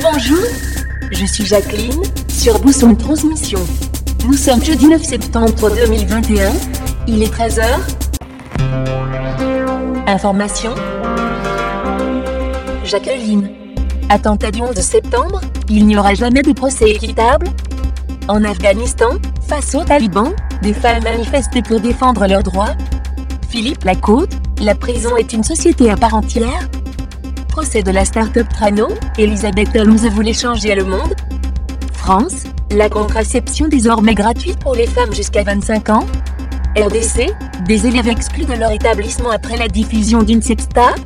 Bonjour, je suis Jacqueline, sur Bousson Transmission. Nous sommes jeudi 9 septembre 2021, il est 13h. Information Jacqueline. Attentat du 11 septembre, il n'y aura jamais de procès équitable. En Afghanistan, face aux talibans, des femmes manifestent pour défendre leurs droits. Philippe Lacôte, la prison est une société à part entière. Procès de la start-up Trano, Elisabeth Holmes voulait changer le monde. France, la contraception désormais gratuite pour les femmes jusqu'à 25 ans. RDC, des élèves exclus de leur établissement après la diffusion d'une sexta.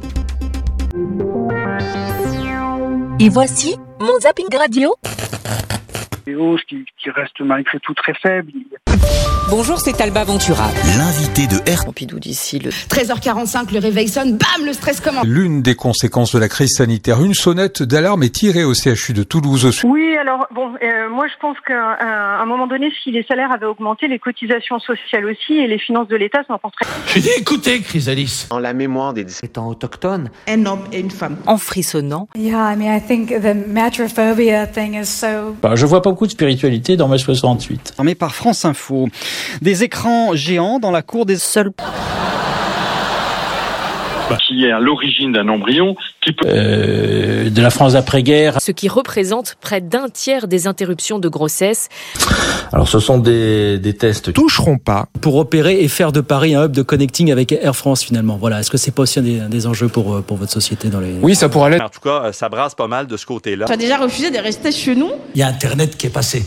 Et voici mon zapping radio. Des hausses qui, qui restent malgré tout très faibles. Bonjour, c'est Alba Ventura. L'invité de R. Pompidou d'ici le 13h45, le réveil sonne, bam, le stress commence. L'une des conséquences de la crise sanitaire, une sonnette d'alarme est tirée au CHU de Toulouse. Oui, alors bon, euh, moi je pense qu'à à un moment donné, si les salaires avaient augmenté, les cotisations sociales aussi et les finances de l'État s'en porteraient. Je dis écoutez, Chrysalis. En la mémoire des étant autochtones, Un homme et une femme. en frissonnant. Yeah, I mean, I think the matrophobia thing is so Bah, je vois pas beaucoup de spiritualité dans ma 68. Armé par France Info. Des écrans géants dans la cour des... Seul Bah, qui est à l'origine d'un embryon, qui peut... Euh, de la France d'après-guerre. ce qui représente près d'un tiers des interruptions de grossesse. Alors ce sont des, des tests toucheront pas. pour opérer et faire de Paris un hub de connecting avec Air France finalement. Voilà, est-ce que c'est pas aussi un des, un des enjeux pour, euh, pour votre société dans les Oui, ça pourrait l'être. En tout cas, euh, ça brasse pas mal de ce côté-là. a déjà refusé de rester chez nous. Il y a Internet qui est passé.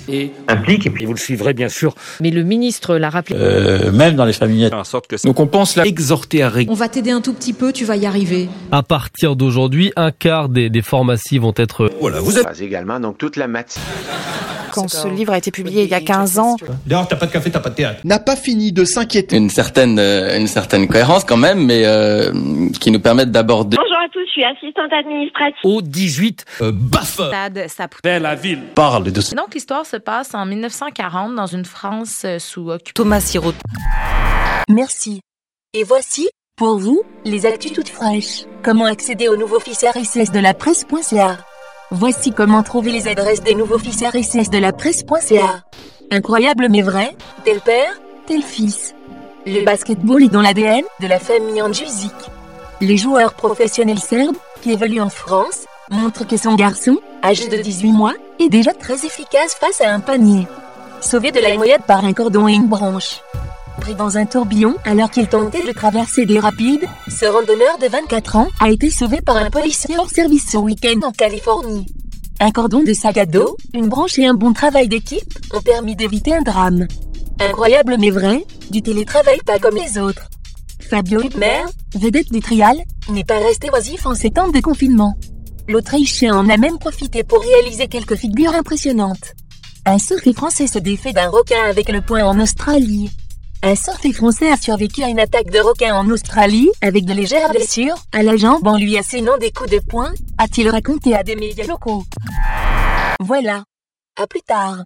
impliquent, et puis vous le suivrez bien sûr. Mais le ministre l'a rappelé. Euh, même dans les familles en sorte que ça... Donc on pense là... Exhorté à régler. On va t'aider un tout petit peu, tu vas y arriver. À partir d'aujourd'hui, un quart des, des pharmacies vont être euh, Voilà, vous êtes... également donc toute la matière. Quand ce livre a été publié il y a 15 ans, D'ailleurs, t'as pas de café, t'as pas de théâtre. N'a pas fini de s'inquiéter. une certaine euh, une certaine cohérence quand même, mais euh, qui nous permettent d'aborder. Bonjour à tous, je suis assistante administrative. au 18. Euh, baffe Parle de Donc l'histoire se passe en 1940 dans une France euh, sous occupation. Thomas Sirot. Merci. Et voici, pour vous, les actus toutes fraîches. Comment accéder aux nouveaux fiches RSS de la presse.ca Voici comment trouver les adresses des nouveaux fiches RSS de la presse.ca. Incroyable mais vrai, tel père, tel fils. Le basketball est dans l'ADN de la famille Andjusic. Les joueurs professionnels serbes, qui évoluent en France, montrent que son garçon, âgé de 18 mois, est déjà très efficace face à un panier. Sauvé de la noyade par un cordon et une branche pris dans un tourbillon alors qu'il tentait de traverser des rapides, ce randonneur de 24 ans a été sauvé par un policier hors service ce week-end en Californie. Un cordon de sac à dos, une branche et un bon travail d'équipe ont permis d'éviter un drame. Incroyable mais vrai, du télétravail pas comme les autres. Fabio Hübner, vedette du trial, n'est pas resté oisif en ces temps de confinement. L'Autrichien en a même profité pour réaliser quelques figures impressionnantes. Un surfeur français se défait d'un requin avec le poing en Australie. Un surfeur français a survécu à une attaque de requin en Australie, avec de légères blessures, à la jambe en lui assénant des coups de poing, a-t-il raconté à des médias locaux. Voilà. À plus tard.